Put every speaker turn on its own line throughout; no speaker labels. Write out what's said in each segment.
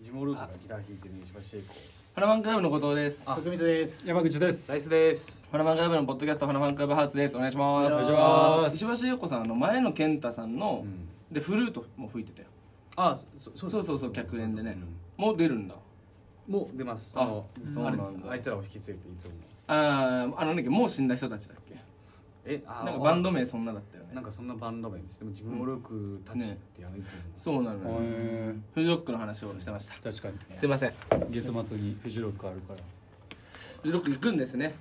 ジモループがギター弾いてる西橋聖子
ファナマンクラブの後藤です。フ
徳光です
山口です
ライスです。
ァナマンクラブのポッドキャストファナマンクラブハウスです。お願いします。
お願いし
ます
石橋優子さんあの前の健太さんの、
ん
でフルートも吹いてたよ。
あ、そそ
そうう
そ
そううそう客演でね、もう出るんだ。
もう出ます。
あ
あの
そう
あれ
なんだ
あいつらを引き継いでいつも。
あーあのなんだっけもう死んだ人たちだっけ。
え、あ
なんかバンド名そんなだったよ
な
ね
ん。かそんなバンド名です。でも自分オルクたちってやるいつも。
そうなのよ。フジロックの話をしてました。
確かに
すいません。
月末にフジロックあるから
フジロック行くんですね。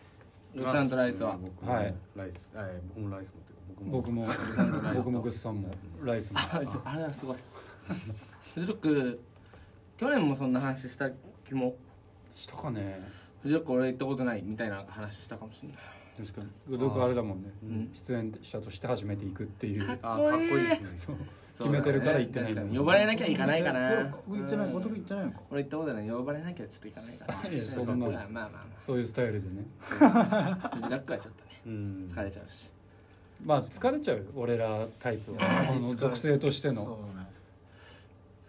グッサンとライスは。
僕も
はい
ライス、えー僕もライス持ってる。僕も。
僕も僕もグッさんもライスも
あそうあれはすごい。フジロック去年もそんな話した気も。
したかね
フジロック俺行ったことないみたいな話したかもしれない。
確かにグドクあれだもんね
ん
出演者として初めて行くっていう
あ、かっこいいですね。
決めてるから行ってないんだもん
確かに呼ばれなきゃ行かないかな
僕行ってない後藤君行ってないのか
俺行ったことない呼ばれなきゃちょっと行かないかない
やそんなの
まあまあま
そういうスタイルでね
あまあフジロックはちょっとね
うん。
疲れちゃうし
まあ疲れちゃうよ俺らタイプはこの属性としての
そうね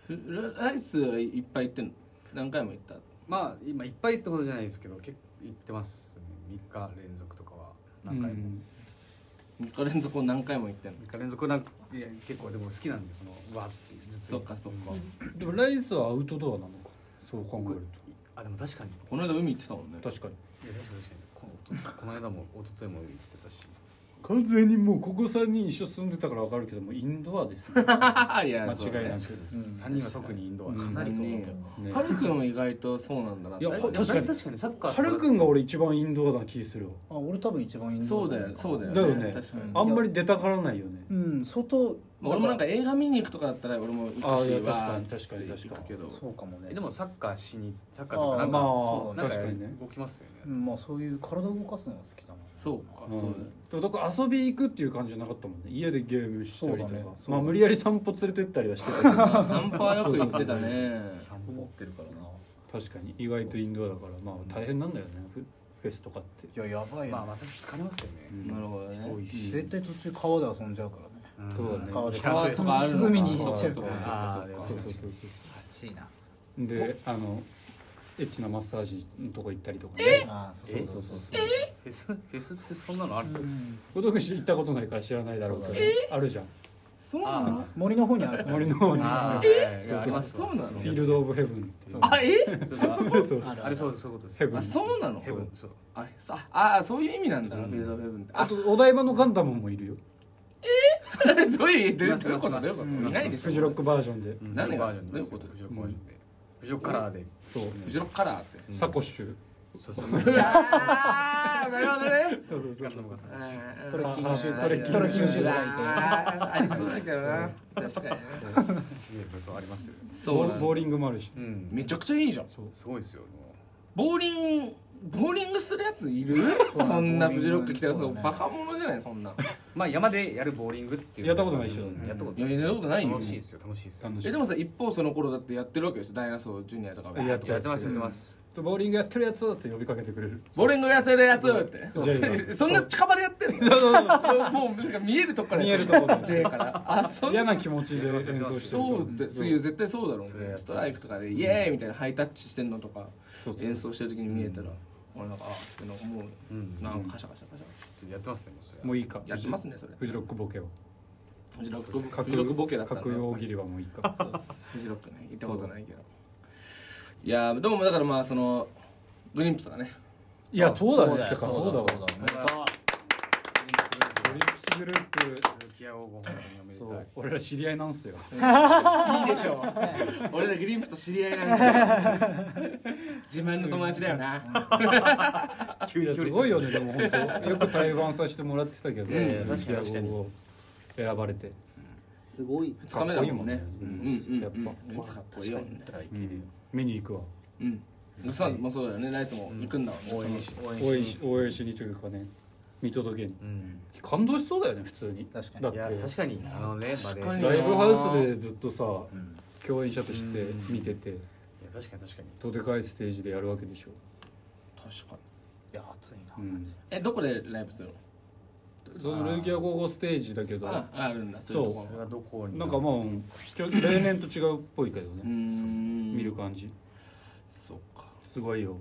フライスいっぱい行ってんの何回も行った
まあ今いっぱいってことじゃないですけど、結構行ってますね。三日連続とかは何回
う
も。
ん
3日連続を何回も行ってんの
三日連続なんかいや結構でも好きなんでそのわーってずっと。
そっかそっか
でもライスはアウトドアなのかそう考える
あでも確かに。い
この間海行ってたもんね
と確かに
や確かに確かにこおとこの間も一昨日も行ってたし。
完全にもうここ3人一緒住んでたから分かるけどもインドアですね
あ いや
間
そうだ
違いな
ね
く
そうです三人は特にインドはかなりそうだと思う
ねハルくんは意外とそうなんだない
や
え
確かに
確かにサッカー
はるくんが俺一番インドアな気するわ
あ俺多分一番いい
そうだよそうだよ
だよね
確かに
あんまり出たがらないよね
うん外
まあ俺もなんか映画見に行くとかだったら俺も行
あ
く
あい
し
や
わ
確か
ー
に確かに確
行
か
くけど
そうかもね
えでもサッカーしにサッカーと
あ
か
あ
なんか
ま
な
あ
んか
確かにね
動きますよ
う
ね
んまあそういう体を動かすのが好きだな
そうか
に
そうだよ
でもだから遊び行くっていう感じじゃなかったもんね家でゲームしたりと
そう
か、
だね
まあ無理やり散歩連れてったりはしてたけど
あ散歩はよく行ってたね
散
思っ
歩
てるからな
確かに意外とインドアだからまあ大変なんだよねフフェスとかって
いややばいよ、
まあ私疲れますよね
なるほどね
そうい
絶対途中川で遊んじゃうからね
うん
そうだね
川で
川とかあるのか
涼みに行
そ
っ
う
ち
そうそう
ゃうか
そう
ら
あー
そうそうそうそう
暑いな
であのエッチなマッサージのとこ行ったりとかね
あーそう
え
そうそうそう
フェスフェスってそんなのある
小道具行ったことないから知らないだろうけど
そうだね
あるじゃん
そうなの
森の方にあるから
森の方にフ
あ
ィ
え
そうそう
あります
そうなの
ールド・オブ・ヘブンっていう
そう
あえ
そうそう
そうそう
ある
あれそうそういうことです
ヘブン
あそうなの
ヘブンそう
あそああそういう意味なんだフィールドヘブンって
あとお台場のガンダムもいるよ
あれどういうどうい
いま
う
す
どういうこと
いま
どうい
す
うこと
いま
い
す
ないでしょ
フジロックバージョンで
うん
何が
フジロックバージョン
どう
ですよ
いうこと
フジロックバージョンでフジロックカラーで
そう
フジロックカラーって
サコッシュ
そうそうそう
ああなるほどね
そうそう
ガンダムがさ
トレッキングシューズ
トレッキング
トレッキングシューズがいて
ありそうだけどな確かにね
そうありますよ
そうな
ボー
の
リングもあるし
うん
めちゃくちゃいいじゃん
そう
すごいですよ
ボーリングボーリングするやついる
そう
そんなフジロック来たやつ
ボーリング
バカ者じゃないそんな
まあ山でやるボーリングっていう
やったことないでしょ
うんやったこと
いややったことないよ
楽しいですよ楽しいですよ
楽し
え
い
でもさ一方その頃だってやってるわけでしょダイナソージュニアとか
やって
やってますやってます
ボーリングやってるやつだって呼びかけてくれる
ボーリングやってるやつって
そうジェイ が
そんな近場でやってるの
そうそうそ う
もうなんか見えるとこから
見えるとこで
J からあそん
嫌
な
な気持ちで演奏してる
そうでそういう絶対そうだろ
そうれや
ね
ってます
ストライクとかでイエーイみたいなハイタッチしてんのとか
そうそう
演奏してる時に見えたら俺なんかあってなんかも
う
うんなんかカシャカシャカシ
やってますねもうそれ
もういいか
ャやってますねそれ
フジロックボケは
フジロック
架
フジ
空
ロックボケだったんだ
架空
よ
大喜利はもういいか
そうですフジロックね行ったことないけどいやーどうもだからまあそのグリンプスがね
いやそうだねてか
そ
そうう
だ
だ
そ
わ
うだ
これはリンクする
オリックスグループ
ルキアをご本人におめで
そ
た
う
い
俺ら知り合いなんすよ
いいでしょう。 俺らグリンプスと知り合いなん ですよ。自慢の友達だよな。
いやすごいよねでも本当よく対バンさせてもらってたけど
いやいや確かに
リキア語を選ばれて
すごい
二日目だもんね。
う
うんんうん
やっ
う
ぱ
ん。うんかっこいいよね。
うん見に行くわ
うん。さんもそうだよね。ライスも行くんだもんね。
応援し応援
応援
し
し応援しにというかね見届けに
うん
感動しそうだよね普通に
確かに
だっ
い
て
や確かにあのねバレ
確かに
ーい
ラ
や
イブハウスでずっとさ
ん
共演者として見てて
確かに確かに
とでかいステージでやるわけでしょ
確かに。
いや暑いな
うん
えどこでライブするの？
そのルイギア55ステージだけど
ああるんだそういうとこ
そ
それがどこに
なんかまあうんちょ例年と違うっぽいけど
う
ね
ん
見る感じ
そうか
すごいよ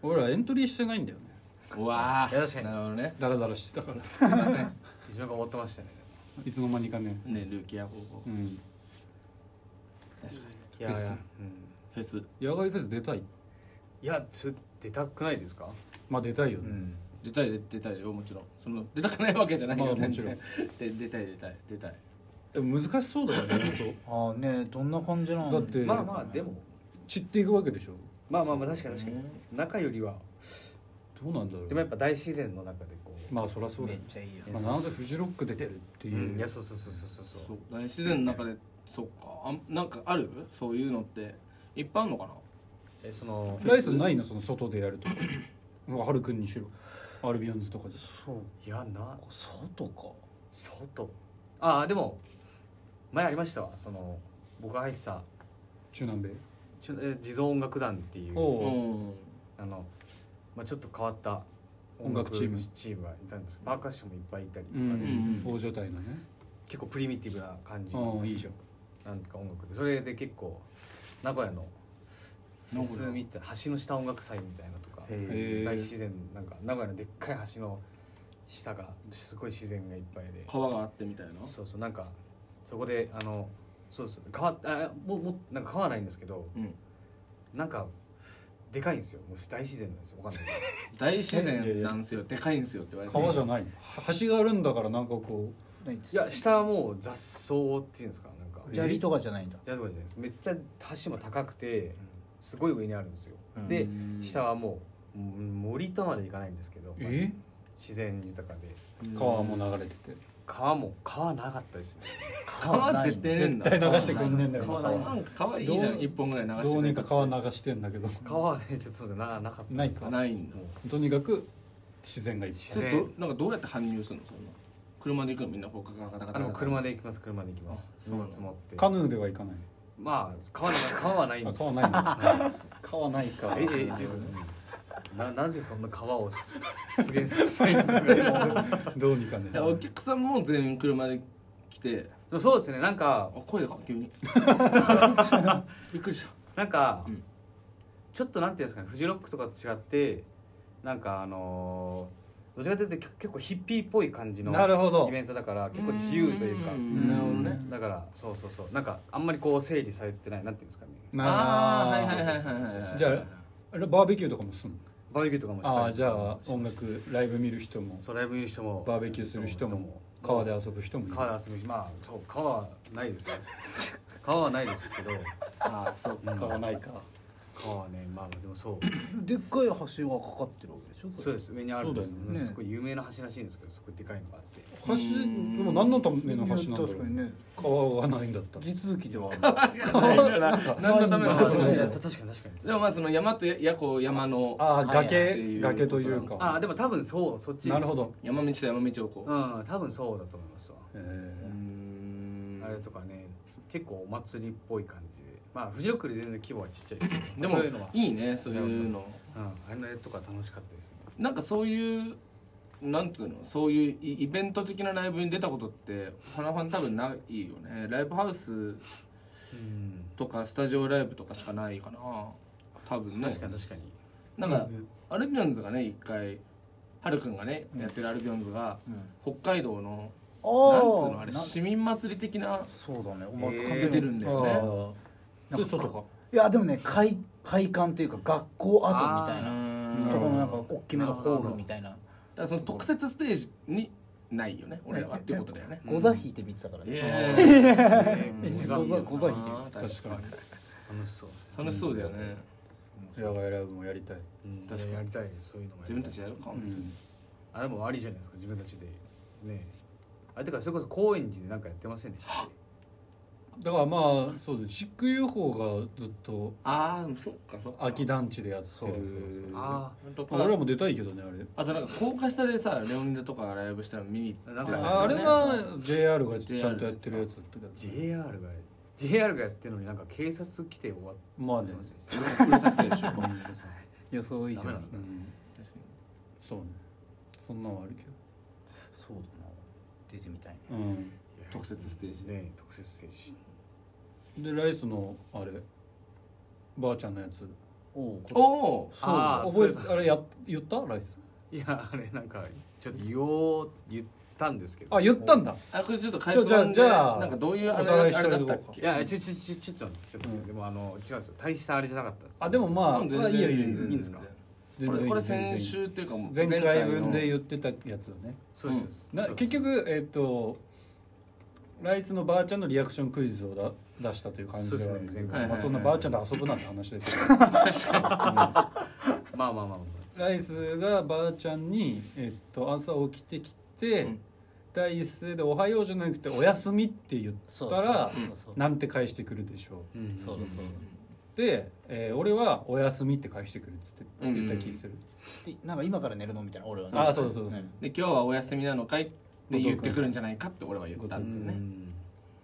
俺らエントリーしてないんだよね
うわあ
いや確かに
なるほどね
ダラダラしてたから
すいません
一番が終わってましたね
いつの間にかね
ねルーキーや高校
うん
確かに
いやいや、うん、
フェス
野外フェス出たい
いやちょっと出たくないですか、
まあ出たいよね、
ん、
出たいで出たいよもちろんその出たくないわけじゃないよ、
まあ
全
もちろん
然で出たい出たい出たい
でも難しそうだよねそう
ああねどんな感じなの
だって
まあまあでも
散っていくわけでしょ
まあまあまあ確かに確かに中よりは
どうなんだろう
でもやっぱ大自然の中でこう、
まあそりゃそうだ
めっ
よ、
ちゃいいよ
ね
まあ、なんせフジロック出てるっていう、
うん、いやそうそうそうそうそう
そ
そう
う大自然の中でそっかあんなんかあるそういうのっていっぱいあるのかな
えその
ライスないのその外でやるとなんかハルくんにしろアルビオンズとかで
いやな
外か
外ああでも前ありましたわその僕が入ってた
中南米
ちょえ地蔵音楽団っていう
う
お
ん
あの、まあ、ちょっと変わった
音楽チーム
チームがいたんですけどバーカッションもいっぱいいたりと
う
かで、
ん
う
大所帯のね
結構プリミティブな感じの
ああいいじゃん
なんか音楽でそれで結構名古屋のフェスみたいな橋の下音楽祭みたいなとか
へえ
大自然なんか名古屋のでっかい橋の下がすごい自然がいっぱいで
川があってみたいな
そうそうなんかそこであのそうそう川あもうもうなんか川はないんですけど
うん
なんかでかいんですよもう大自然なんですよわかんないけど
大自然なんすよでかいんすよって言われて
川じゃないの橋があるんだからなんかこ
何
いや下はもう雑草っていうんですかなんか
え
砂利とかじゃないんだ
いやとかじゃないですめっちゃ橋も高くてすごい上にあるんですよ、
うん
で
うん
下はもううん森とまでいかないんですけど、
うえ
自然豊かで
川も流れてて
川も川なかったですね
川絶対ねえん
絶
だ
対流してくんねえんだよ
川
川
ない
川なんか川いいじゃ
ど
ん
う
一本ぐらい流してくれた
どうにか川流してんだけど
川はねちょっとすみませんななかった
ないか
ないんだ
もう
とにかく自然がいっ
自
それ
然
どなんかどうやって搬入するのそんな車で行くのみんなこうガガガガガ
あ
ガ
の車で行きます車で行きます
あ
そ
そうな
の
の
積もって
ぱカヌーでは行かない
まあ川な川はないん
あ
で
川ないんだ川ないか
えええでななぜそんな川を出現させないの か
どうにかね
いやお客さんも全員車で来て
でもそうですねなんか
あ声が急 にびっくりした
なんか、
うん
ちょっとなんていうんですかねフジロックとかと違ってなんかあのーどちらかというと結構ヒッピーっぽい感じの
なるほど
イベントだから結構自由というか
んなるほどね
だからそうそうそうなんかあんまりこう整理されてないなんていうんですかね
ああー
ー
はいはいはいはいはい
じゃあれバーベキューとかもすんの
バーベキューとかもしたり
ああじゃあ音楽ライブ見る人も
そうライブ見る人も
バーベキューする人も川で遊ぶ人もいる
川で遊ぶ人まあそう川はない ですよ川はないですけど
ああそうか
川ないか
川はねまあでもそう
でっかい橋がかかってるわけでしょ
そうですす上にあるんですよ
そう
だよね
すごい有名な橋らしいんですけどすごいでかいのがあって
橋でも何のための橋なんだろ
確かに
う
ね
川がないんだったら
地続きではある
何のための
あ
話
そう
な
なんん
です
確
だ
かに確かに
でもまあその山とやこう山の
ああ
はい
はいっていう
崖崖という
こと
あ
か
あでも多分そうそっちです
なるほど
山道と山道をこう
うん多分そうだと思いますわ、
へ
うーん
え
あれとかね結構お祭りっぽい感じでまあフジロックより全然規模はちっちゃいですけど
で
そ
も
ういうのはい
いねそういうの
うん、あれとか楽しかったですね
なんかそういうなんつうのそういうイイベント的なライブに出たことって花ファン多分ないよねライブハウス
うん
とかスタジオライブとかしかないかな多分ね
確かに確かに
なんかアルビオンズがね一回はるくんがね、やってるアルビオンズが、北海道のなんつうのあれ
な
市民祭り的な
そうだねお前
えー
関係
出てるんだよね、
ああ
な
それ
んか
外か
いやでもね会会館というか学校跡みたいな
うん
とこの
だ
な
か
んか大きめのホールみたいな
らその特設ステージにないよね俺らはっていうことだよね
ゴザ引いて見てたからね
えー
ござ
確か
ざござ引いて
に
楽しそうですね
楽しそうだよね
野外ライブもやりたい
うん
確かに
やりたいですそういうのもや
自
り
分た
い
ちやるか
うん
あれもありじゃないですか自分たちでねあてかそれこそ高円寺でなんかやってませんでしたっけ
だからまあそうですシック UFO がずっと
ああそっかそっか
空き団地でやって
そうそう
る
あ
とか
俺らも出たいけどねあれ
あとなんか高架下でさレオニダとかがライブしたら見に行って
なん
あ
か
あれは JR がちゃんとやってるやつってだ
JR が JR がやってるのになんか警察来て終わっ
まあね
てませんでし
うるさうるさくてでしょ
たそうそう
予想以
ダメなんだ
うんそうねそんなんはあるけど
そうだな出てみたいね
うん
特設ステージで
ね特設ステージ
でライスのあればあちゃんのやつ
おお
おお
そう
あ
あー
覚
そういえ
えあ
ば
れや言ったライス
いやあれなんかちょっと言おう言ったんですけど
あ言ったんだ
あこれちょっと解説版で
じゃあじゃあ
なんかどういうあ
お
れ
さらい
あ
して
れ
お
だ
い
ったた
こう
っけ
か
いやちょちょちょちょちょっとちょっと待ってでもあの違うんですよ大したあれじゃなかったんです
あでもまあ
うん全然
まあいいよいいよ
全然
いいんですか
全
こ
然
れ
いい
これ
全然い
先
い
週っていうかもう
前回分で
う
言ってたやつだね
そうですそうです
な
そうです
結局えっ、とライスのばあちゃんのリアクションクイズをだ出したという感じではあるんだけ
そ
ど
うですね
回
前
まあ、そんなばあちゃんと遊ぶなんて話ですけど
まあまあまあま
ライスがばあちゃんに、えっと、朝起きてきて、
うん
第一声で「おはよう」じゃなくて「おやすみ」って言っ
そう
たら
そうそう
なんて返してくるでしょ
あうん
そうだそうだ
うで、えー俺は「おやすみ」って返してくるっつって
うん
言った気する、
でなんか今から寝るのみたいな俺は
あーそうそうそう
ね
で今日はお休みなのかいって言ってくるんじゃないかって俺は言った
うん
だよね
ん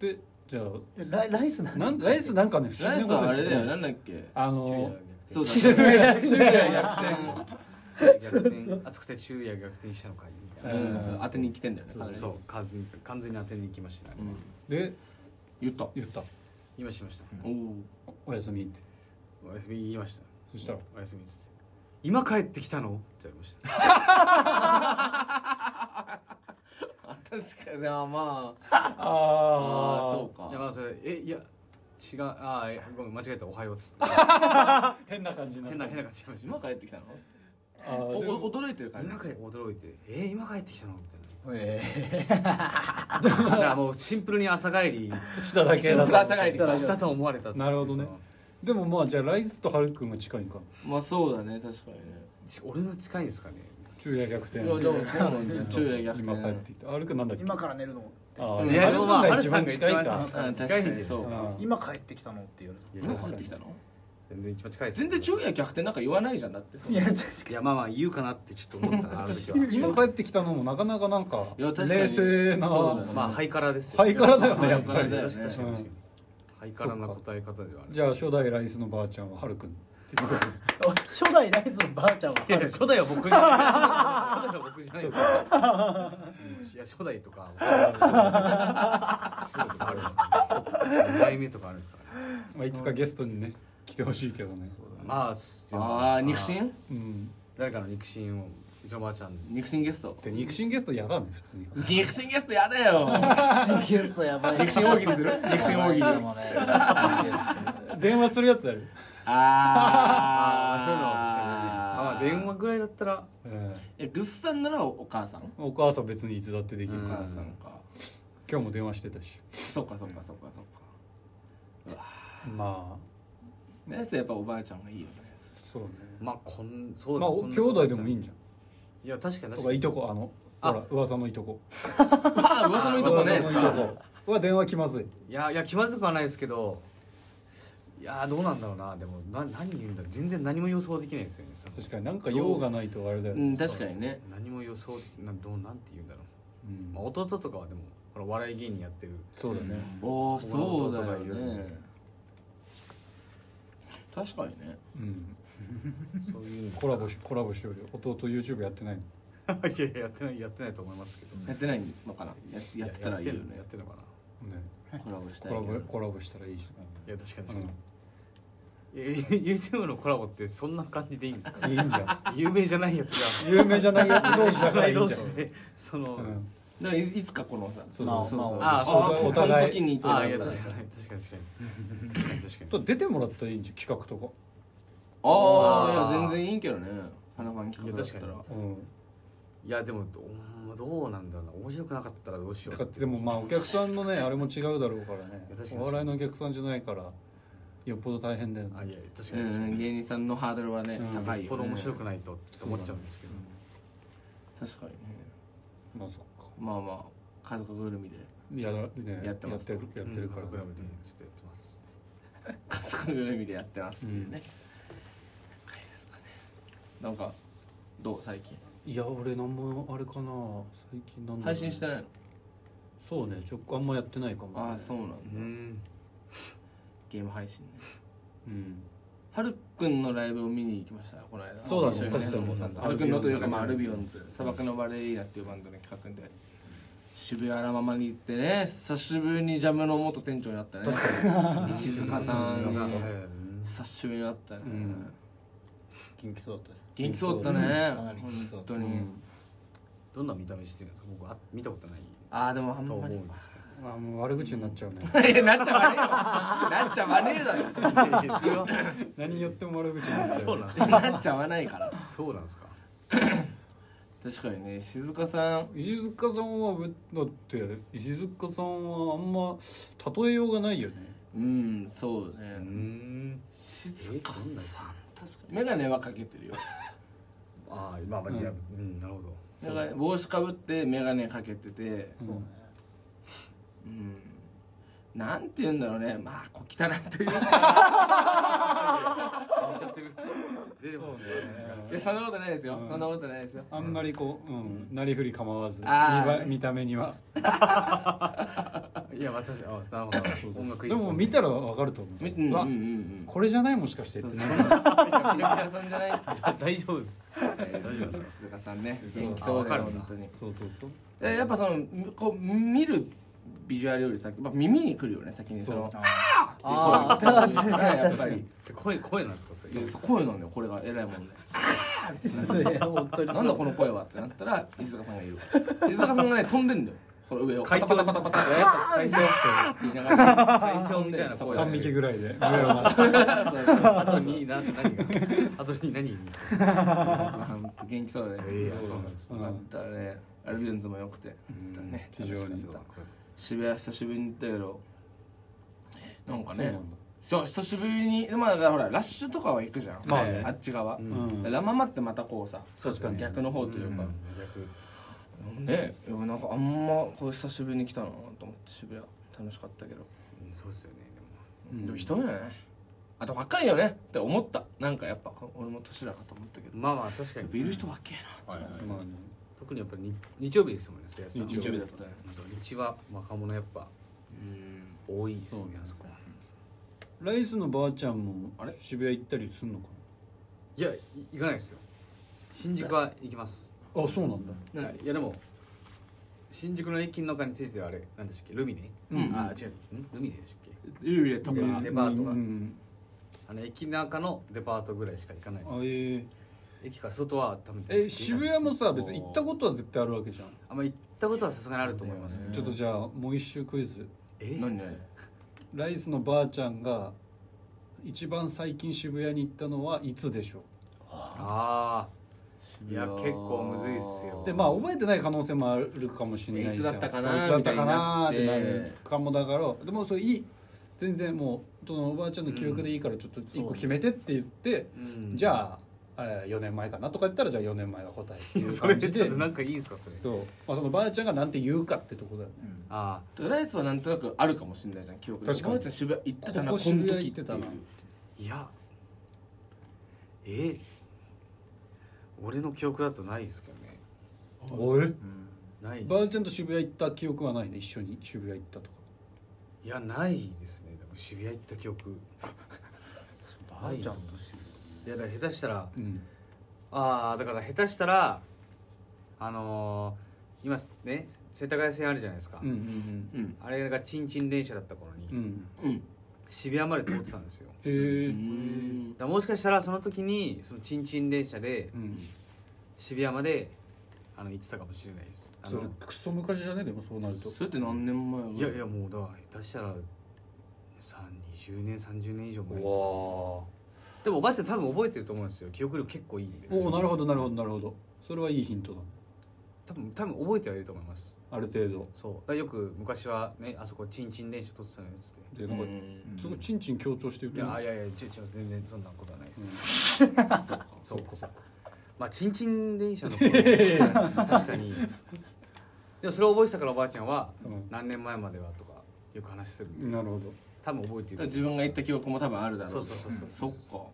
でじゃあ
えライライ スなんだ
なんライスなんかね不思
ライ
議な
ス
こと
はあ
言
れ
って
だ
た
よなんだっけ
あ
昼夜
の
そうだ
昼夜逆転
昼夜逆転
逆転暑くて昼夜逆転したのかいみたいな、
うん
そう当てに来てんだよね
そうそう完全に完全に当てに行きましたね、
うん
で
言った
言った
今しました、
おお
「おやすみ」って
おやすみ言いました
そしたら
おやすみっつって今帰ってきたのって言われました
確かにまあまあ
あ
あ
あ
ーそう
いや
か
まあそれえいや違うああいやごめん間違えたおはようっつって
変な感じになっ
変
た
な変な感じになりました
今帰ってきたの
あー
お
でも
お驚いてる感じ
今帰驚いてえー、今帰ってきたのみたいな
え
だからもうシンプルに朝帰り
しただけだ
ぶら下がり
したと思われたっていう
なるほどねでもまあじゃあライスとハルくんが近いんか
まあそうだね確かにね
その俺の近いんですかね
昼夜逆転
いやでもそうなんだよ昼夜逆
今帰っ
転
てきたハルくんなんだっ
ー
け
今から寝るの
ああ
うん
ハルくんが一番近い
ハルさんが
か
一
あ確かにそううん
今帰ってきたのって言われ
今帰ってきたの
全然一番近いです
全然昼夜逆転なんか言わないじゃんだって
たいや確か
いやまあまあ言うかなってちょっと思ったなあの時は
今帰ってきたのもなかなかなんか
いや確かに
冷静な
そうだね
まあハイカラですよ
ハイカラだよね
ハ
や
イ
っ
カ
ぱ
ラ
り
だよね
確かに確かに確かにハイカラな答え方ではある
じゃあ初代ライスのばあちゃんはハルくん
に初代ライスのばあちゃんはい
やいや初代は僕じゃない初代は僕じゃないですうんいや初代とか初代とかあるんですかね二代目とかあるんですかね
まあいつかゲストにね来てほしいけどね
まあ
ああ肉
まあ
親
うん
誰かの肉親をうちのばあちゃん
肉親ゲスト
で肉親ゲストやだね普通に
肉親ゲストやだよ
シゲットやばい
肉親大喜利する肉親大喜利
でもね
電話するやつやる
あ
あ
ー
あそういうのは確かにあまあ電話ぐらいだったら
うん
えグッズさんならお母さん
お母さん別にいつだってできる
お
から
母さんか
今日も電話してたし
そっかそっかそっかそっか
ま
ねそうやっぱおばあちゃんがいいよね
あそうね
まあこんそう
まあ
ですね
兄弟でもいいん
ゃ
じゃん
んいや確かに
と
確
か
か
い
に
とこあのほ
あ
ら噂のいとこ
まあ噂のいいとこね
噂のいとこは電話気まずい
いやいや気まずくはないですけどいやーどうなんだろうなでもな何言うんだ全然何も予想できないですよねその
確かになんか用がないとあれだよ
う
ね
ん確かにね
何も予想できなどうなんて言うんだろ
うん
う、まあ、弟とかはでもほらお笑い芸人やっ てる
そうだね
おおそうだよ
ここの弟がいるん
ね
で
確かにね
うん
そういう の
コラボしコラボしようよ弟 YouTube やってないの
いやいややってないやってないと思いますけど
やってないのかなややってたらいいよね
やってるのかな
ね
コラボした
コ
い
ラ
け
ボ
ど
コラボしたらいいじ
いや確かに確か
ゃん
に、いや YouTube のコラボってそんな感じでいいんですか
うんいいんじゃん
有名じゃないやつが
有名じゃないやつ同士だ
知
からら
ない
い
い
い
同
じゃん
士でその、
うん
だからいいつかこのさ
そう
まあ
そうそう
まあ
あ
そう
あ
そう
そう
お
この
互
時
い
に
あ
あ
あいや
あ
確かに確かに確 かに確かに確かに
と出てもらったらいいんじゃん企画とか
あいや全然いいけどね花ファン企画だった
いや
ら
確
うん
いやでもどうどうなんだろうな面白くなかったらどうしよ
だ
う
からでもまあお客さんのねあれも違うだろうからね
いや確かに
お笑いのお客さんじゃないからよっぽど大変だよ
あ
ね
いや確か
う
に確かに、
ん芸人さんのハードルはね
うん
高いよね
これ面白くないとちょっと思っちゃうんですけど、
確かにね
まあそっか
まあまあ家族ぐるみで
やらね
やってます
やってるやってるから
うん家族
ね
ラブでちょっとやってます
家族ぐるみでやってますっていうね、
うん
はいですかねなんかどう最近
いや俺なんもあれかな最近なんだろうね
配信してないの
そうねちょあんまやってないかも、
ああそうなんだ
うん
ゲーム配信ね
うん
はるくんのライブを見に行きましたこの間
そうだね
一緒
確かに
はるくんのというかまあアルビオンズ砂漠のバレリーナっていうバンドの企画で渋谷ラママに行ってね久しぶりにジャムの元店長に会ったね石塚さん
そう
に
うん
久しぶりに会ったね、
うん
元気そうだったね
元気そうだった
か
ね
なり
本当
う
に、
ん
どんな見た目してるんですか僕あ見たことない
ああでもあん
と思
ま
うん
り
ですけど
あーもう悪口になっちゃうね
いや なっちゃわねえよなっちゃわねえだろそんな
何言っても悪口になっちゃ う
そうなんですか
なっちゃわないから
そうなんですか
確かにね静香さん
石塚さんはぶだって石塚さんはあんま例えようがないよね
うんそう
う
ね
ん
静香
えどんな
さん確かに眼鏡はかけてるよ
ああまあまあいやうんなるほど
だから帽子かぶって眼鏡かけてて
そうね
うんなんて言うんだろうねまあ小汚いというか
見ちゃってる出てますね
いやそんなことないですよ
うん
そんなことないですよ
あんまりこう、うん、なりふり構わず見
あー
ば見た目にはい
や私あなるほど音楽
でも見たらわかると思う
みうんうん
わ
うんうん
これじゃないもしかしてっ
そ
て
う
ね
そう静香さんじゃない
大丈夫です
大
丈夫ですか
静香さんね
そう
元気そうだよ
あわかるんだ
本当に
そうそうそう
えやっぱそのみこう見るビジュアルより先やっぱ耳にくるよね先にその
あ
あ
あ
あやっぱり
声声なんですかそれ
いやそう声なんだよこれが偉いもんね
ーいや本当に
なんだこの声はってなったら石塚さんがいる石塚さんがね飛んでんだよその上を
会長
パタパタパタパタパ
会長
タって言いながら
会長みたいな
そこ
声
や
3匹ぐらいで上を回して
あとにな何があとに何いいん ですか
本当元気そうだね
いやそうなんです
う
よかっ
ん
たねアルビオンズも良くてね
非常に
渋谷久しぶりに行ったけどなんか
そうな
ね
んだ
そう久しぶりにまあだからほらラッシュとかは行くじゃん、
まあね
あっち側、
うん
ラママってまたこうさ
そうですね
逆の方というか、
逆
ねでもなんかあんまこう久しぶりに来たなと思って渋谷楽しかったけど、
うんそうですよねでも
うん
でも人だよねあと若いよねって思ったなんかやっぱ俺も年だなと思ったけど
まあまあ確
や
か
っ
に
ぱいる人若えなって
はい
思
は
っ
い
てさ
まあね
特にやっぱり日日曜日ですもんね土
日曜日だったね
土日は若者やっぱ
うん
多いです
そう
ねあそこ
ライスのばあちゃんも
あれ
渋谷行ったりすんのか
いやい行かないですよ新宿は行きます
なあそうなんだ
はいいやでも新宿の駅の中についてはあれなんでしたっけルミネ
うん
あ違うんルミネでしたっけ
ルーレとか
うんデパートが
うん
あの駅中のデパートぐらいしか行かないで
あ
す
ええ
駅から外は多分
え渋谷もさ別に行ったことは絶対あるわけじゃん
あんま行ったことはさすがにあると思います
そう
け
だよね
ど
ちょっとじゃあもう一周クイズ
え
何何
ライスのばあちゃんが一番最近渋谷に行ったのはいつでしょ
あ
渋
いや結構むずいっすよ
うでまあ覚えてない可能性もあるかもしれないじゃん
いつだったかな
そういつだったかなーっ
みたい
て
にな
な
って
るかもだからでもそれいい全然もうそのおばあちゃんの記憶でいいからちょっと一個決めてって言って、
ーうん
じゃああ4年前かなとか言ったらじゃあ4年前が答えっていう
それ
感
で
じ
ちょ
で
っとなんかいいんすかそれ
そう、まあ、そのばあちゃんがなんて言うかってとこだよね
あ
あライスはなんとなくあるかもしれないじゃん記憶で
確かに
おばあちゃん渋谷行ってたな
ここ渋谷
の時
行ってた
て
な
いう
ーいやえ俺の記憶だとないですけどね
おえ
ないです
ばあちゃんと渋谷行った記憶はないね一緒に渋谷行ったとか
いやないですねでも渋谷行った記 憶ばあちゃんと渋谷いやだから下手したら
うん
ああだから下手したらあのー、今ね世田谷線あるじゃないですか、
うんうん
うん
あれがチンチン電車だった頃に、
うんうん
うん
渋谷まで通ってたんですよ
へえ
うん
だからもしかしたらその時にそのチンチン電車で
うん
渋谷まであの行ってたかもしれないですあ
そ
の
れクソ昔じゃねでもそうなると
それって何年前
いやいやもうだから下手したらさ20年30年以上前
お
でもおばあちゃん多分覚えてると思うんですよ記憶力結構いいんで
おなるほどなるほどなるほどそれはいいヒントだ
多分多分覚えてはいると思います
ある程度
そうだからよく昔はねあそこチンチン電車撮ってたのよっつって
でなんか
うん
すごいチンチン強調してる
いやいやいや違う違う全然そんなことはないです、そうかそうかまあチンチン電車の頃確かにでもそれを覚えてたからおばあちゃんは
うん
何年前まではとかよく話するんで
なるほど
多分覚えて
だ
る
から自分が行った記憶も多分あるだろう
そうそうそうそう
そっか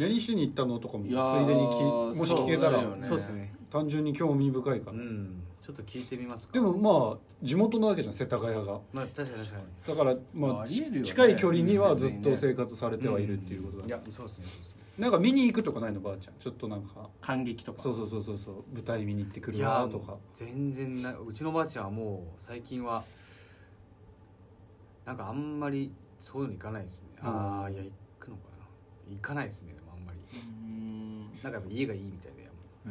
何しに行ったのとかもつい
いやー
でに聞いもし聞けた
そうだよ
ら
ね
そうですね
単純に興味深いか
う
ら
んちょっと聞いてみますか
でもまあ地元なわけじゃん世田谷が
まあ確かに確か
だから
あ
ま
あ
あ
りえるよね
近い距離にはずっ
うん
と生活されてはいるっていうこ
に
とだ
い
ね
やそうですねそうですね
なんか見に行くとかないのばあちゃんちょっとなんか
感激とか
そうそうそうそうそう舞台見に行ってく
い
る
や
わとか
全然ないうちのばあちゃんはもう最近はなんかあんまりそういうの行かないですね、
うん
ああいや行くのかな行かないですねでもあんまり
うん
なんかやっぱ家がいいみたいで、
う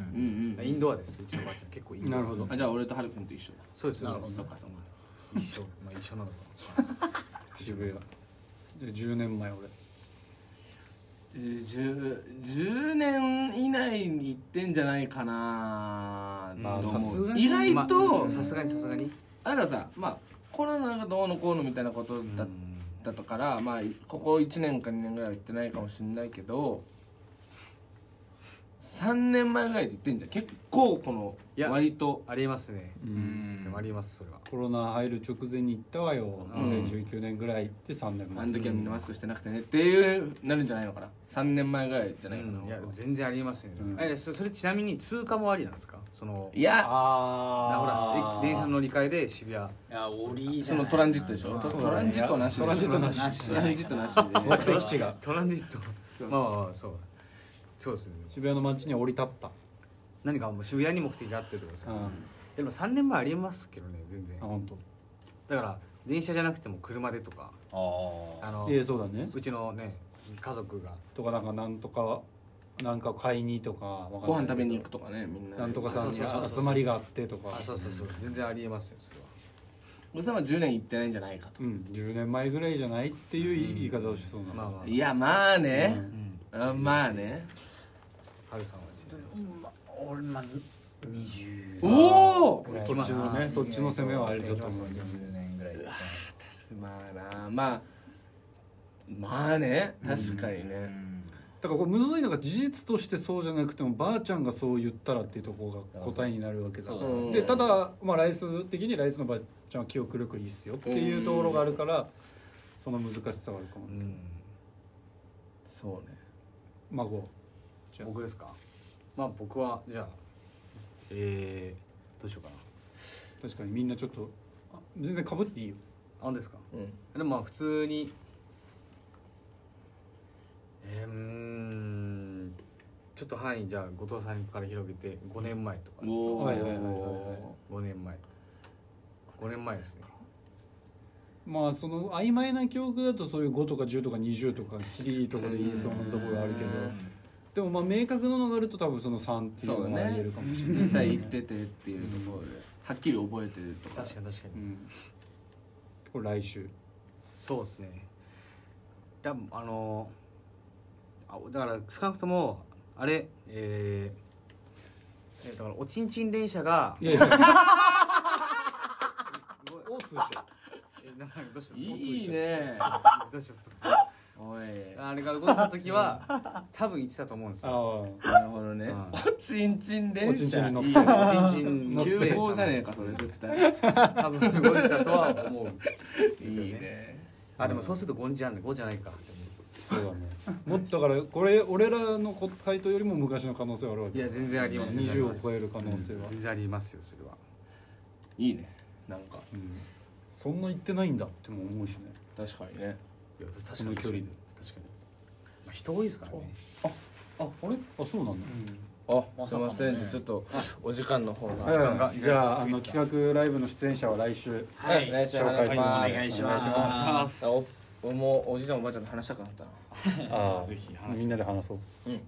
うんうんん
インドアですうちのばあちゃん結構インドア
なるほど
あじゃあ俺とハル君と一緒だ
そうです
な
そ
る
う
ほど
です
そっかそっか
一緒まあ一緒なのか
渋谷で10年前俺
10, 10年以内に行ってんじゃないかな
まあ
と思う
さすがに
意外と、
まあさすがにさすがに
あ、だからさまあコロナがどうのこうのみたいなことだだったからまあここ1年か2年ぐらいは行ってないかもしれないけど3年前ぐらいで行ってんじゃん結構こ
いや
の割と
ありえますね、
う
うん
で
ん
もありますそれは
コロナ入る直前に行ったわよ
ん
2019年ぐらい行って3年前
あの時はみんなマスクしてなくてねっていうなるんじゃないのかな3年前ぐらいじゃないかな、
うんいや全然ありますね、
うん
えそそれちなみに通貨もありなんですかその
いや
あほら
あ
え電車の乗り換えで渋谷
いや俺いいじ
そ
ゃな
の
い
トランジットでしょ
うん
トトランジットはなしでしょ
トランジットな
し
トランジットなし
目
で
的地が
トランジット
そう
まあまあまあそうそうですね
渋谷の街に降り立った
何かもう渋谷に目的があってってことです
う
よ
んあ
でも3年前ありますけどね全然
本当。
だから電車じゃなくても車でとかあ
あ
の
ええそうだね
うちのね家族が
とかなんかなんとかなんか買いにとかわか
ご
ん
飯
ないけ
食
ど
べに行くとかねみんなで
なんとかさんに
そうそうそうそう
集まりがあってとか
あそうそうそう全然ありえますねそれは
おじさんは10年行ってないんじゃないかと
うん10年前ぐらいじゃないっていう言い言い方をしそうな
まあまあ
いやまあね
う
う
ん
ん
あまあね
春さんはちなみに
ま俺まあ20
おー
ぐらい
そっちの
ねそっちの攻めはあれだと思う
20年ぐらいだね
まあなまあまあね確かに
う
ね
ん
だからこれむずいのが事実としてそうじゃなくてもばあちゃんがそう言ったらっていうところが答えになるわけだ
そう
うん
でただ、まあ、ライス的にライスのばあちゃんは記憶力いいっすよっていうところがあるからその難しさはあるかも
う
ね
ん
そうね
孫じゃあ
僕ですかまあ僕はじゃあえー、どうしようかな
確かにみんなちょっとあ全然かぶっていいよ
あほんですか
うん
でもまあ普通にえーうーんちょっと範囲じゃあ後藤さんから広げて5年前とか
おー
はいはいはいはいはい
5年前5年前ですね
まあその曖昧な記憶だとそういう5とか10とか20とかきりいいとこで言いそうなところあるけどでもまあ明確なのがあると多分その3ってい
そうう
のが
ね
言えるかもしれない、
実際行っててっていうところではっきり覚えてるとか
確かに確かに、
うん、これ来週
そうですねだあのあだから少なくともあれえーえだからおちんちん電車が
いやいや
すごい
おすーちゃん
えなんかどうした
いいね
どうした
おい
あれが動いた時は多分言ってたと思うんですよ
あ
なるほどね
うん
おちんちん電車
おちんちんに乗って
いいね
新人の
急行じゃねえ
か
かそれ絶対
多分動いてたとは思 うですよ
いい
ね
ね
あでもそうすると5じゃん5じゃないか
あそうだねもっとだからこれ俺らの回答よりも昔の可能性はあるわ
い
け
や全然ありますね
20を超える可能性は、
全然ありますよそれはい
いねなんか
うんそんな言ってないんだっても思うしね
確かにね
いや確
その距離で
確かに、まあ、人多いですからね
ああれあそうなんだ、
あ
まさ
す
か
いま
のね
せんじゃあちょっとお時間の方が
間が
うんじゃああの企画ライブの出演者は来週
はい来週話します
お願いし
お願いし
ま
あ
す
おおもうおじいちゃんおばあちゃんと話したくなったな
あ
ぜひ話します
みんなで話そう
うん